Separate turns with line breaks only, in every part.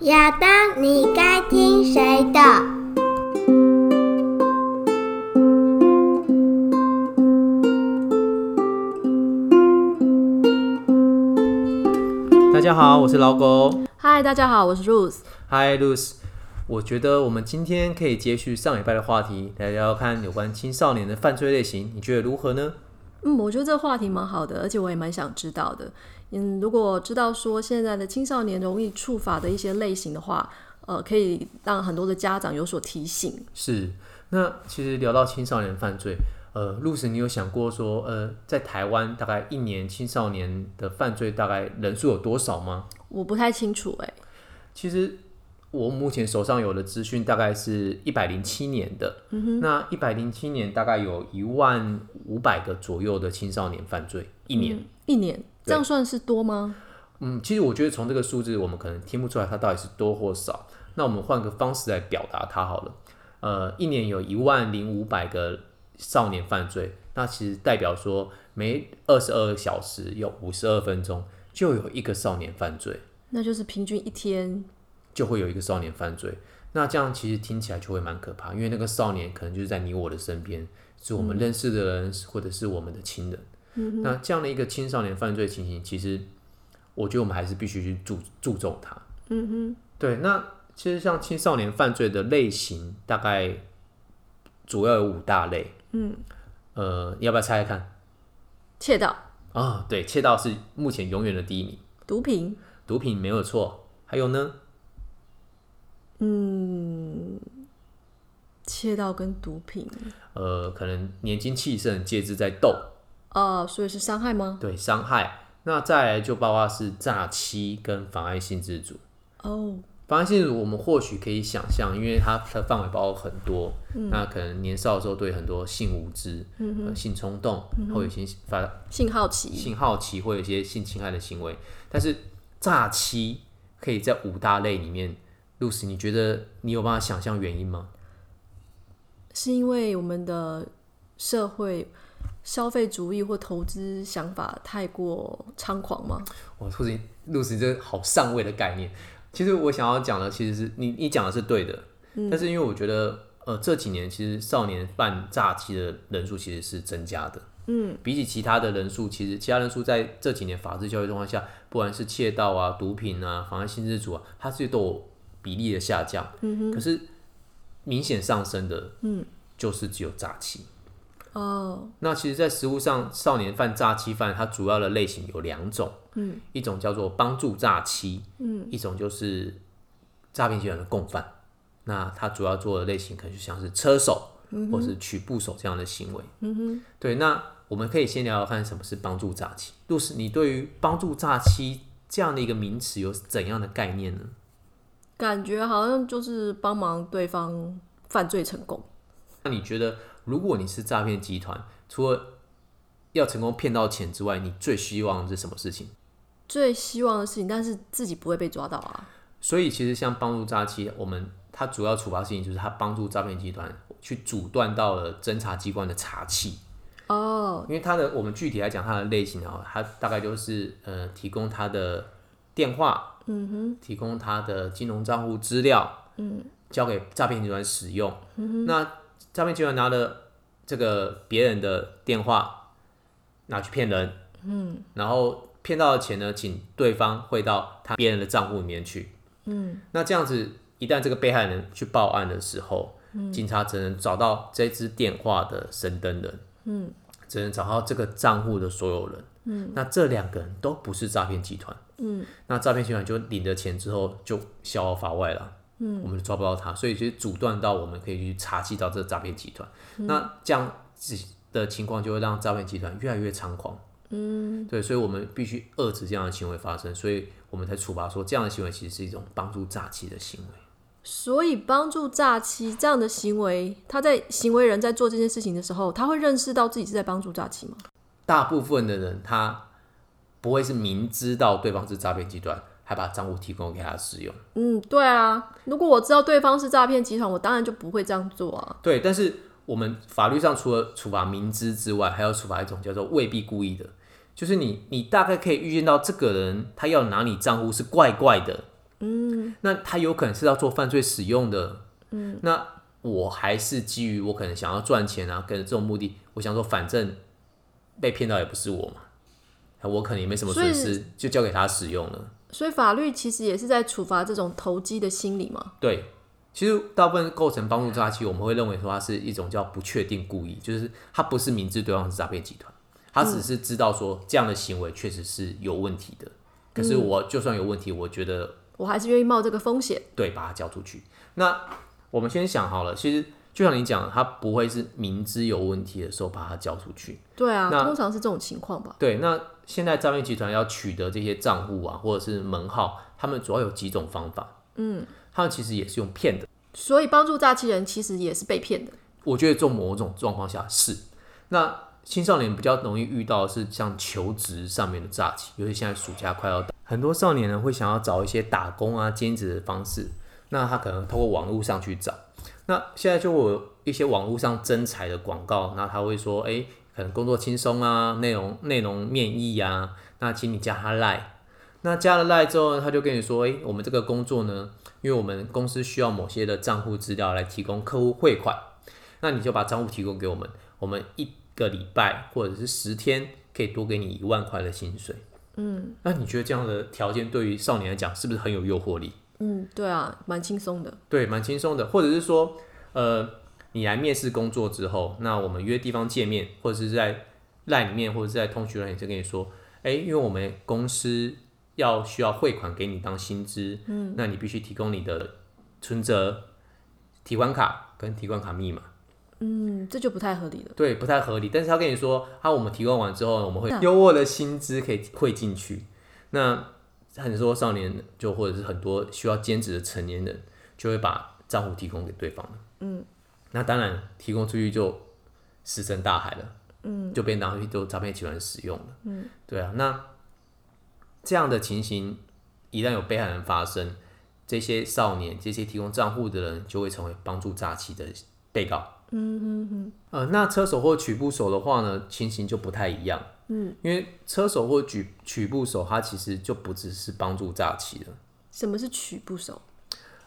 亚当，你该听谁的？
大家好，我是老狗。
嗨，大家好，我是 Rose。
Hi, Luce。我觉得我们今天可以接续上礼拜的话题，来聊聊看有关青少年的犯罪类型，你觉得如何呢？
嗯，我觉得这个话题蛮好的，而且我也蛮想知道的。嗯，如果知道说现在的青少年容易触法的一些类型的话，呃，可以让很多的家长有所提醒。
是，那其实聊到青少年犯罪，呃，Luce，你有想过说，呃，在台湾大概一年青少年的犯罪大概人数有多少吗？
我不太清楚哎、
其实我目前手上有的资讯大概是一百零七年的，那一百零七年大概有一万五百个左右的青少年犯罪一年。
一年这样算是多吗？
嗯，其实我觉得从这个数字，我们可能听不出来它到底是多或少。那我们换个方式来表达它好了。呃，一年有一万零五百个少年犯罪，那其实代表说每二十二小时有五十二分钟就有一个少年犯罪，
那就是平均一天。
就会有一个少年犯罪。那这样其实听起来就会蛮可怕，因为那个少年可能就是在你我的身边，是我们认识的人、或者是我们的亲人。那这样的一个青少年犯罪情形，其实我觉得我们还是必须去注注重它。嗯哼，对。那其实像青少年犯罪的类型，大概主要有五大类。嗯，呃，你要不要猜猜看？
窃盗、
啊，对，窃盗是目前永远的第一名，
毒品、
毒品没有错。还有呢？
窃盗跟毒品，
呃，可能年轻气盛，借之在斗。
呃，所以是伤害吗？
对伤害。那再来就包括是诈欺跟妨碍性自主。
哦，
妨碍性自主，我们或许可以想象，因为它的范围包括很多，那可能年少的时候对很多性无知、呃性冲动，或有一些发
性好奇，
性好奇，或有一些性侵害的行为。但是诈欺可以在五大类里面，露丝，你觉得你有办法想象原因吗？
是因为我们的社会消费主义或投资想法太过猖狂吗？
我突然露丝这好上位的概念。其实我想要讲的，其实是你你讲的是对的，但是因为我觉得，呃，这几年其实少年犯诈欺的人数其实是增加的。嗯，比起其他的人数，其实其他人数在这几年法治教育状况下，不管是窃盗啊、毒品啊、妨碍性自主啊，它是都有比例的下降。嗯可是明显上升的，嗯，就是只有诈欺。
哦，
那其实，在实务上，少年犯、诈欺犯，它主要的类型有两种，嗯，一种叫做帮助诈欺，嗯，一种就是诈骗集团的共犯。那它主要做的类型，可能就像是车手、或是取步手这样的行为。嗯哼，对。那我们可以先聊聊看什么是帮助诈欺。露丝，你对于帮助诈欺这样的一个名词有怎样的概念呢？
感觉好像就是帮忙对方犯罪成功。
那你觉得，如果你是诈骗集团，除了要成功骗到钱之外，你最希望的是什么事情？
最希望的事情，但是自己不会被抓到啊。
所以其实像帮助诈欺，我们它主要处罚事情就是它帮助诈骗集团去阻断到了侦查机关的查气。
哦，
因为它的我们具体来讲它的类型啊，它大概就是呃提供它的电话，嗯哼，提供它的金融账户资料，嗯，交给诈骗集团使用。嗯、那诈骗集团拿了这个别人的电话拿去骗人，嗯，然后骗到的钱呢，请对方汇到他别人的账户里面去，嗯，那这样子一旦这个被害人去报案的时候，警察只能找到这支电话的神灯人。只能找到这个账户的所有人。嗯，那这两个人都不是诈骗集团。嗯，那诈骗集团就领了钱之后就逍遥法外了。嗯，我们就抓不到他，所以就阻断到我们可以去查缉到这个诈骗集团。那这样子的情况就会让诈骗集团越来越猖狂。嗯，对，所以我们必须遏制这样的行为发生，所以我们才处罚说这样的行为其实是一种帮助诈欺的行为。
所以帮助诈欺这样的行为，他在行为人在做这件事情的时候，他会认识到自己是在帮助诈欺吗？
大部分的人他不会是明知道对方是诈骗集团，还把账户提供给他使用。
嗯，对啊。如果我知道对方是诈骗集团，我当然就不会这样做啊。
对，但是我们法律上除了处罚明知之外，还要处罚一种叫做未必故意的，就是你你大概可以预见到这个人他要拿你账户是怪怪的，嗯，那他有可能是要做犯罪使用的，嗯，那我还是基于我可能想要赚钱啊，跟这种目的，我想说反正被骗到也不是我嘛，我可能也没什么损
所
失，就交给他使用了。
所以法律其实也是在处罚这种投机的心理嘛。
对，其实大部分构成帮助诈欺，我们会认为说它是一种叫不确定故意，就是他不是明知对方是诈骗集团，他只是知道说这样的行为确实是有问题的。可是我就算有问题，我觉得
我还是愿意冒这个风险。
对，把它交出去。那我们先想好了，其实就像你讲的，他不会是明知有问题的时候把它交出去。
对啊，
那
通常是这种情况吧。
对，那现在诈骗集团要取得这些账户啊，或者是门号，他们主要有几种方法。嗯，他们其实也是用骗的。
所以帮助诈欺人其实也是被骗的。
我觉得在某种状况下是。那青少年比较容易遇到的是像求职上面的诈欺，尤其现在暑假快要到，很多少年人会想要找一些打工啊、兼职的方式。那他可能透过网络上去找。那现在就会有一些网络上征才的广告，那他会说，哎、可能工作轻松啊，内容内容面议啊，那请你加他赖。那加了赖之后呢，他就跟你说，哎、我们这个工作呢，因为我们公司需要某些的账户资料来提供客户汇款，那你就把账户提供给我们，我们一个礼拜或者是十天可以多给你一万块的薪水。嗯，那你觉得这样的条件对于少年来讲是不是很有诱惑力？
嗯，对啊，蛮轻松的。
对，蛮轻松的，或者是说，呃，你来面试工作之后，那我们约地方见面，或者是在 LINE 里面，或者是在通讯软件跟你说，哎，因为我们公司要需要汇款给你当薪资，嗯，那你必须提供你的存折、提款卡跟提款卡密码。
嗯，这就不太合理了。
对，不太合理。但是他跟你说，啊，我们提供完之后，我们会优渥的薪资可以汇进去。那很多少年就或者是很多需要兼职的成年人，就会把账户提供给对方了。嗯，那当然提供出去就石沉大海了。嗯，就被拿去做诈骗集团使用了。嗯，对啊，那这样的情形一旦有被害人发生，这些少年、这些提供账户的人就会成为帮助诈欺的被告。呃，那车手或取步手的话呢，情形就不太一样。嗯，因为车手或举取步手，他其实就不只是帮助诈欺了。
什么是取不手？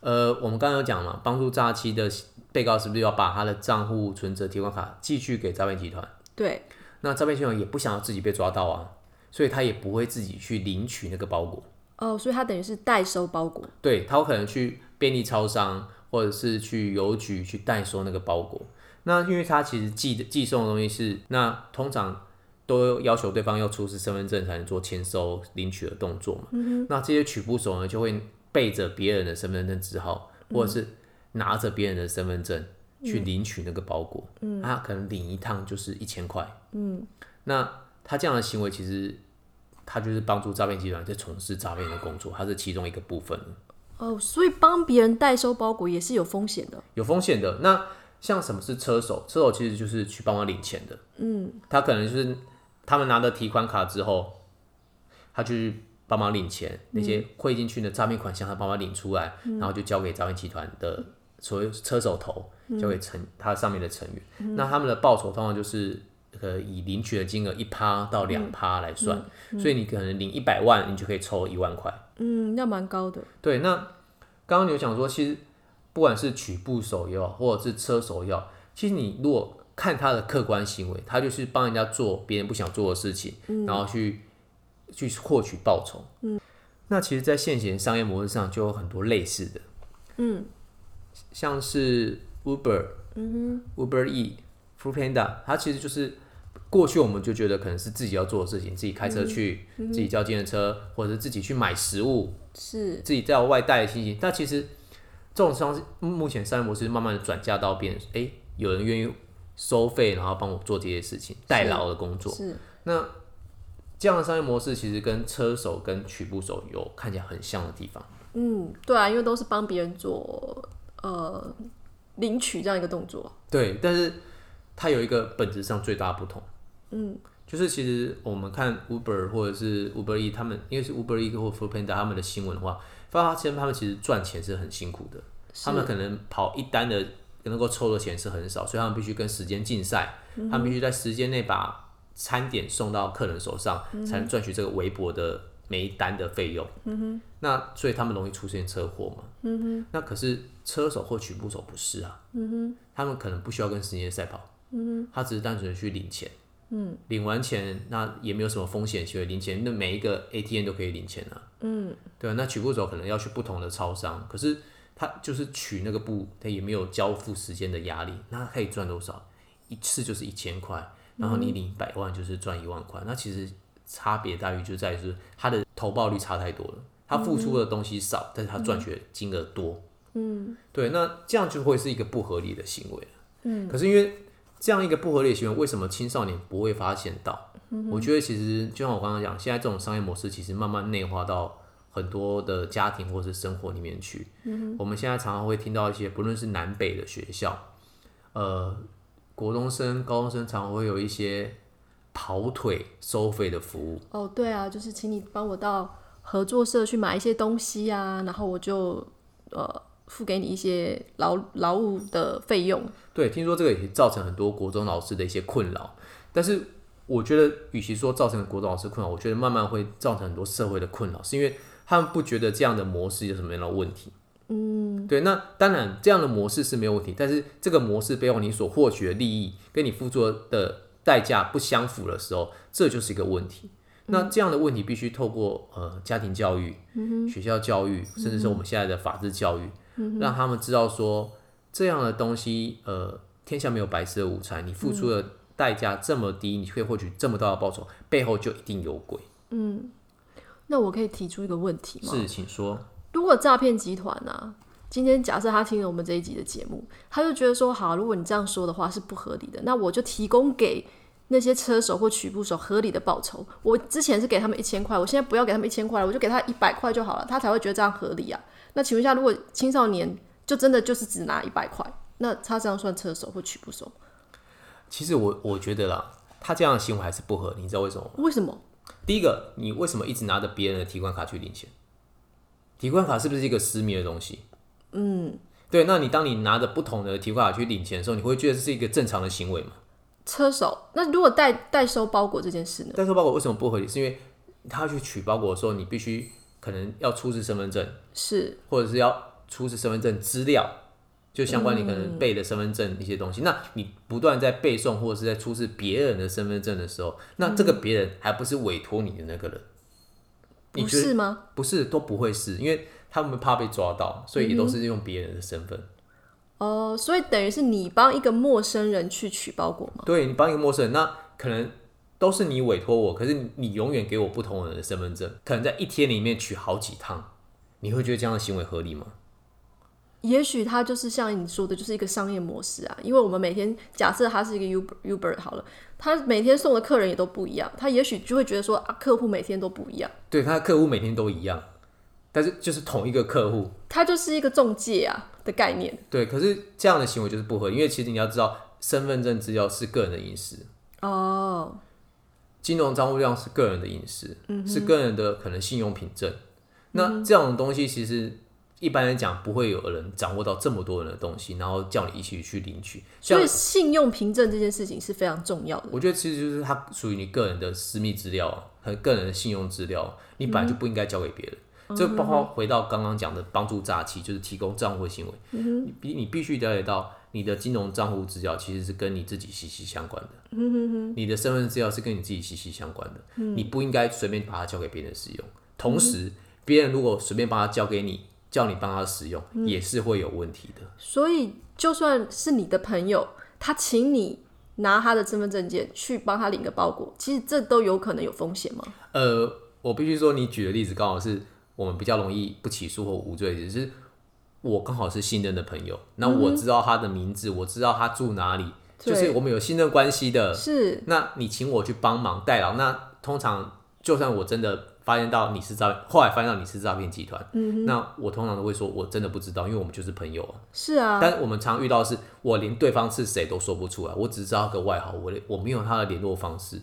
呃，我们刚刚有讲嘛，帮助诈欺的被告是不是要把他的账户、存折、提款卡寄去给诈骗集团？
对，
那诈骗集团也不想要自己被抓到啊，所以他也不会自己去领取那个包裹。
哦，所以它等于是代收包裹。
对他有可能去便利超商或者是去邮局去代收那个包裹。那因为他其实寄的寄送的东西是，那通常都要求对方要出示身份证才能做签收领取的动作嘛。那这些取步手呢，就会背着别人的身份证字号，或者是拿着别人的身份证去领取那个包裹。嗯，他可能领一趟就是一千块。嗯，那他这样的行为其实。他就是帮助诈骗集团在从事诈骗的工作，他是其中一个部分了
哦，所以帮别人代收包裹也是有风险的。
有风险的。那像什么是车手？车手其实就是去帮忙领钱的。嗯，他可能就是他们拿了提款卡之后，他去帮忙领钱，那些汇进去的诈骗款项他帮忙领出来，然后就交给诈骗集团的所谓车手头，交给成他上面的成员。那他们的报酬通常就是。呃，以领取的金额一趴到两趴来算，所以你可能领一百万，你就可以抽一万块。
嗯，那蛮高的。
对，那刚刚你有讲说，其实不管是取步手也好，或者是车手也好，其实你如果看他的客观行为，他就是帮人家做别人不想做的事情，然后去去获取报酬。嗯，那其实，在现行商业模式上就有很多类似的，嗯，像是 Uber，嗯哼，Uber E、Food Panda，它其实就是。过去我们就觉得可能是自己要做的事情，自己开车去，自己叫计程车，或者是自己去买食物，
是，
自己在外带的情形。但其实这种商目前商业模式慢慢的转嫁到变，哎、有人愿意收费，然后帮我做这些事情，代劳的工作。
是，
那这样的商业模式其实跟车手跟取步手有看起来很像的地方。
嗯，对啊，因为都是帮别人做呃领取这样一个动作。啊
对，但是它有一个本质上最大的不同，嗯，就是其实我们看 Uber 或者是 Uber E 他们，因为是 Uber E 或 f o o d Panda 他们的新闻的话，发现他们其实赚钱是很辛苦的，他们可能跑一单的能够抽的钱是很少，所以他们必须跟时间竞赛，他们必须在时间内把餐点送到客人手上，才能赚取这个微薄的每一单的费用。嗯哼，那所以他们容易出现车祸嘛。嗯哼，那可是车手或曲目手不是啊。嗯哼，他们可能不需要跟时间赛跑。嗯哼，他只是单纯的去领钱。嗯，领完钱那也没有什么风险行为，领钱那每一个 ATM 都可以领钱啊。嗯，对啊，那取步手可能要去不同的超商，可是他就是取那个布，他也没有交付时间的压力，那他可以赚多少？一次就是一千块，然后你领一百万就是赚一万块，那其实差别待遇就在于是他的投报率差太多了，他付出的东西少，但是他赚取的金额多。嗯，对，那这样就会是一个不合理的行为。嗯，可是因为这样一个不合理的行为，为什么青少年不会发现到？我觉得其实就像我刚刚讲，现在这种商业模式其实慢慢内化到很多的家庭或是生活里面去。我们现在常常会听到一些，不论是南北的学校，呃，国中生、高中生常常会有一些跑腿收费的服务。
哦，对啊，就是请你帮我到合作社去买一些东西啊，然后我就呃付给你一些劳劳务的费用。
对，听说这个也造成很多国中老师的一些困扰。但是我觉得，与其说造成国中老师困扰，我觉得慢慢会造成很多社会的困扰，是因为他们不觉得这样的模式有什么样的问题。嗯，对。那当然，这样的模式是没有问题，但是这个模式背后你所获取的利益跟你付出的代价不相符的时候，这就是一个问题。那这样的问题必须透过呃家庭教育、学校教育，甚至是我们现在的法治教育，让他们知道说这样的东西，呃，天下没有白吃的午餐，你付出的代价这么低，你可以获取这么大的报酬，背后就一定有鬼。
那我可以提出一个问题吗？
是，请说。
如果诈骗集团啊，今天假设他听了我们这一集的节目，他就觉得说，好，如果你这样说的话是不合理的，那我就提供给那些车手或取步手合理的报酬。我之前是给他们一千块，我现在不要给他们一千块了，我就给他一百块就好了，他才会觉得这样合理啊。那请问一下，如果青少年就真的就是只拿一百块，那他这样算车手或取步手？
其实我我觉得啦，他这样的行为还是不合理，你知道为什么吗？
为什么？
第一个，你为什么一直拿着别人的提款卡去领钱？提款卡是不是一个私密的东西？嗯，对。那你当你拿着不同的提款卡去领钱的时候，你会觉得这是一个正常的行为吗？
车手那如果代代收包裹这件事呢？
代收包裹为什么不合理？是因为他去取包裹的时候，你必须可能要出示身份证，
是
或者是要出示身份证资料，就相关你可
嗯
能背的身份证一些东西。那你不断在背诵或者是在出示别人的身份证的时候，那这个别人还不是委托你的那个人？你
嗯不
觉得
是吗？
不是都不会是，因为他们怕被抓
嗯
到，所以也都是用别人的身份。
哦，所以等于是你帮一个陌生人去取包裹吗？
对你帮一个陌生人，那可能都是你委托我，可是你你永远给我不同人的身份证，可能在一天里面取好几趟，你会觉得这样的行为合理吗？
也许它就是像你说的，就是一个商业模式啊。因为我们每天假设它是一个 Uber Uber 好了，他每天送的客人也都不一样，他也许就会觉得说啊，客户每天都不一样，
对，他的客户每天都一样，但是就是同一个客户，
它就是一个中介啊的概念。
对，可是这样的行为就是不合理，因为其实你要知道，身份证资料是个人的隐私，
哦，
金融账户量是个人的隐私，是个人的可能信用凭证。那这种东西其实一般来讲不会有人掌握到这么多人的东西，然后叫你一起去领取。
所
像
以信用凭证这件事情是非常重要的。
我觉得其实就是它属于你个人的私密资料啊，和个人的信用资料啊，你本来就不应该交给别人。这包括回到刚刚讲的帮助诈欺，就是提供账户的行为，你必你必须了解到你的金融账户资料其实是跟你自己息息相关的，你的身份资料是跟你自己息息相关的，你不应该随便把它交给别人使用。同时，别人如果随便把它交给你，叫你帮他使用，也是会有问题的。
所以就算是你的朋友，他请你拿他的身份证件去帮他领个包裹，其实这都有可能有风险吗？
呃，我必须说，你举的例子刚好是我们比较容易不起诉或无罪，只是我刚好是信任的朋友，那我知道他的名字，我知道他住哪里，
对
就是我们有信任关系的。
是
那你请我去帮忙代劳，那通常就算我真的发现到你是诈骗，后来发现到你是诈骗集团，那我通常都会说我真的不知道，因为我们就是朋友啊。
是啊，
但我们常遇到的是，我连对方是谁都说不出来，我只知道他个外号，我连我没有他的联络方式，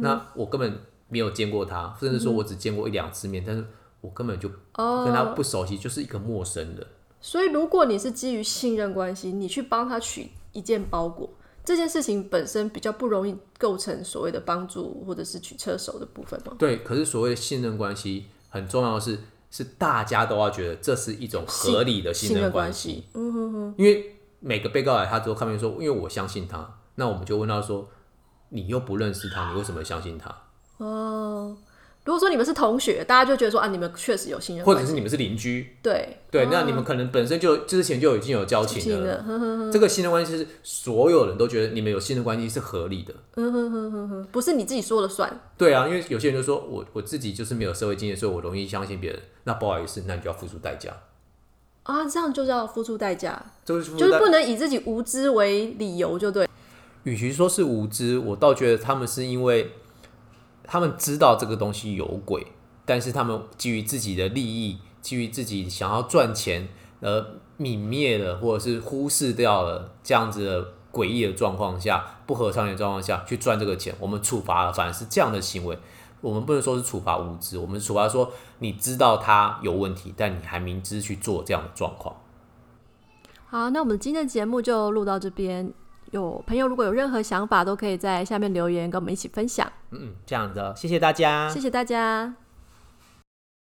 那我根本没有见过他，甚至说我只见过一两次面，但是我根本就跟他不熟悉，就是一个陌生人。
所以，如果你是基于信任关系，你去帮他取一件包裹，这件事情本身比较不容易构成所谓的帮助或者是取车手的部分吗？
对，可是所谓的信任关系很重要的是，是大家都要觉得这是一种合理的
信
任
任
关
关
系
系。
嗯哼哼。因为每个被告来，他都看面说，因为我相信他，那我们就问他说，你又不认识他，你为什么相信他？
哦，如果说你们是同学，大家就觉得说啊，你们确实有信任
或
关系，
者是你们是邻居？
对
对，那
嗯
你们可能本身就之前就已经有交情
信
了。
任，呵呵呵
这个信任关系是所有人都觉得你们有信任关系是合理的。
呵嗯不是你自己说了算，
对啊，因为有些人就说我我自己就是没有社会经验，所以我容易相信别人。那不好意思，那你就要付出代价。
啊，这样就是要付出代价，
就是付
就
出
是
代
不能以自己无知为理由，就对。
与其说是无知，我倒觉得他们是因为他们知道这个东西有鬼，但是他们基于自己的利益，基于自己想要赚钱而泯灭了，或者是忽视掉了这样子的诡异的状况下，不合常理的状况下去赚这个钱，我们处罚了，反而是这样的行为。我们不能说是处罚无知，我们处罚说你知道他有问题，但你还明知去做这样的状况。
好，那我们今天的节目就录到这边。有朋友如果有任何想法，都可以在下面留言跟我们一起分享。
哦嗯嗯，这样的，谢谢大家，
谢谢大家。